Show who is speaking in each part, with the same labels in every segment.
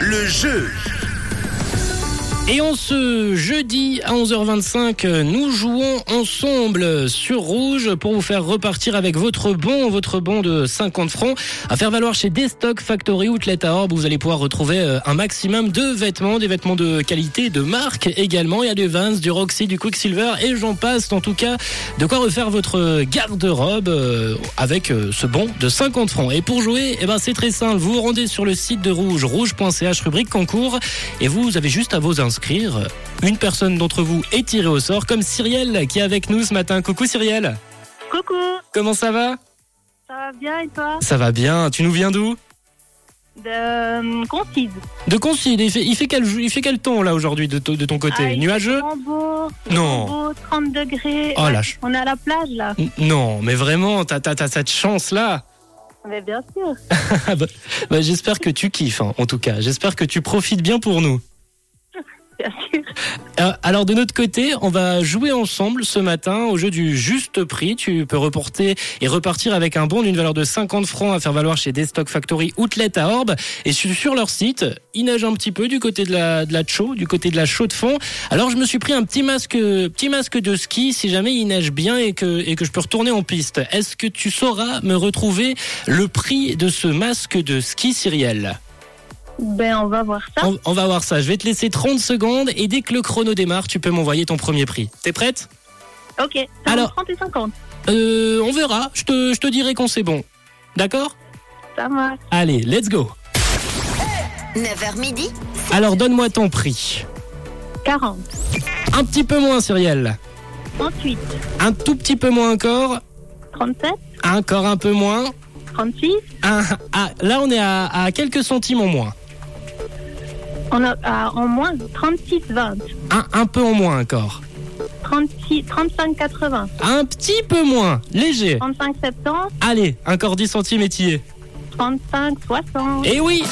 Speaker 1: Le jeu.
Speaker 2: Et on ce jeudi à 11h25, nous jouons ensemble sur Rouge pour vous faire repartir avec votre bon, votre bon de 50 francs à faire valoir chez Destock Factory Outlet à Orbe. Vous allez pouvoir retrouver euh, un maximum de vêtements, des vêtements de qualité, de marque également. Il y a du Vans, du Roxy, du Quicksilver et j'en passe. En tout cas, de quoi refaire votre garde-robe euh, avec euh, ce bon de 50 francs. Et pour jouer, eh ben, c'est très simple. Vous vous rendez sur le site de Rouge, rouge.ch, rubrique concours et vous avez juste à vous inscrire. Une personne d'entre vous est tirée au sort, comme Cyrielle qui est avec nous ce matin. Coucou Cyrielle,
Speaker 3: Coucou,
Speaker 2: comment ça va
Speaker 3: ça va bien et toi
Speaker 2: Ça va bien, tu nous viens d'où
Speaker 3: De euh, Concide.
Speaker 2: De Concide, il fait, il fait quel, jou- il fait quel temps là aujourd'hui de, to- de ton côté
Speaker 3: Ah, il
Speaker 2: Nuageux
Speaker 3: Grand beau,
Speaker 2: Non.
Speaker 3: grand beau, 30 degrés.
Speaker 2: Oh,
Speaker 3: Ouais,
Speaker 2: lâche.
Speaker 3: On est à la plage là.
Speaker 2: N- Non, mais vraiment, t'as t'as- t'as cette chance là.
Speaker 3: Mais bien sûr.
Speaker 2: Bah, j'espère que tu kiffes, hein, en tout cas. J'espère que tu profites bien pour nous.
Speaker 3: Bien sûr.
Speaker 2: Euh, alors de notre côté, on va jouer ensemble ce matin au jeu du juste prix. Tu peux reporter et repartir avec un bon d'une valeur de 50 francs à faire valoir chez Destock Factory Outlet à Orbe. Et sur, sur leur site, il neige un petit peu du côté de la de la chaux, du côté de la chaux de fond. Alors je me suis pris un petit masque petit masque de ski si jamais il neige bien et que et que je peux retourner en piste. Est-ce que tu sauras me retrouver le prix de ce masque de ski Cyriel
Speaker 3: Ben on va voir ça.
Speaker 2: on, on va voir ça. Je vais te laisser 30 secondes et dès que le chrono démarre, tu peux m'envoyer ton premier prix. T'es prête
Speaker 3: Ok. Ça
Speaker 2: Alors-
Speaker 3: Alors... 30 et 50.
Speaker 2: Euh, on verra. Je te, je te dirai quand c'est bon. D'accord
Speaker 3: Ça marche.
Speaker 2: Allez, let's go.
Speaker 4: 9h midi,
Speaker 2: Alors donne-moi ton prix.
Speaker 3: 40.
Speaker 2: Un petit peu moins, Cyrielle.
Speaker 3: 38.
Speaker 2: Un tout petit peu moins encore.
Speaker 3: 37.
Speaker 2: Encore un peu moins.
Speaker 3: 36.
Speaker 2: Un- ah, là, on est à, à quelques centimes en moins.
Speaker 3: On a à- en moins 36, 20.
Speaker 2: Un, un peu en moins encore.
Speaker 3: 36, 35, 80.
Speaker 2: Un petit peu moins. Léger.
Speaker 3: 35, 70.
Speaker 2: Allez, encore 10 centimes étillés.
Speaker 3: 35, 60.
Speaker 2: Eh oui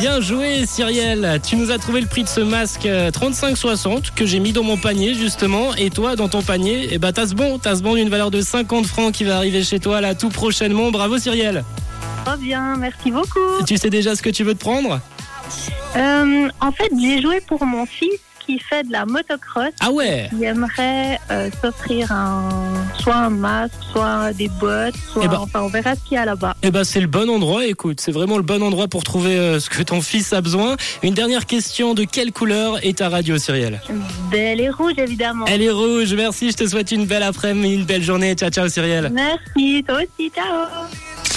Speaker 2: Bien joué Cyrielle, tu nous as trouvé le prix de ce masque euh, 35,60 que j'ai mis dans mon panier justement et toi dans ton panier, eh ben t'as ce bon, t'as ce bon d'une valeur de 50 francs qui va arriver chez toi là tout prochainement, bravo Cyrielle
Speaker 3: Trop bien. Merci beaucoup.
Speaker 2: Tu sais déjà ce que tu veux te prendre
Speaker 3: Euh, en fait, j'ai joué pour mon fils qui fait de la motocross.
Speaker 2: Ah ouais
Speaker 3: Il aimerait euh, s'offrir un, soit un masque, soit des bottes, soit,
Speaker 2: Eh ben-
Speaker 3: enfin, on verra ce qu'il y a là-bas.
Speaker 2: Eh ben c'est le bon endroit, écoute, c'est vraiment le bon endroit pour trouver euh, ce que ton fils a besoin. Une dernière question, de quelle couleur est ta radio Cyrielle
Speaker 3: Belle et rouge, évidemment.
Speaker 2: Elle est rouge, merci, je te souhaite une belle après-midi, une belle journée, ciao ciao Cyrielle
Speaker 3: Merci, toi aussi, ciao.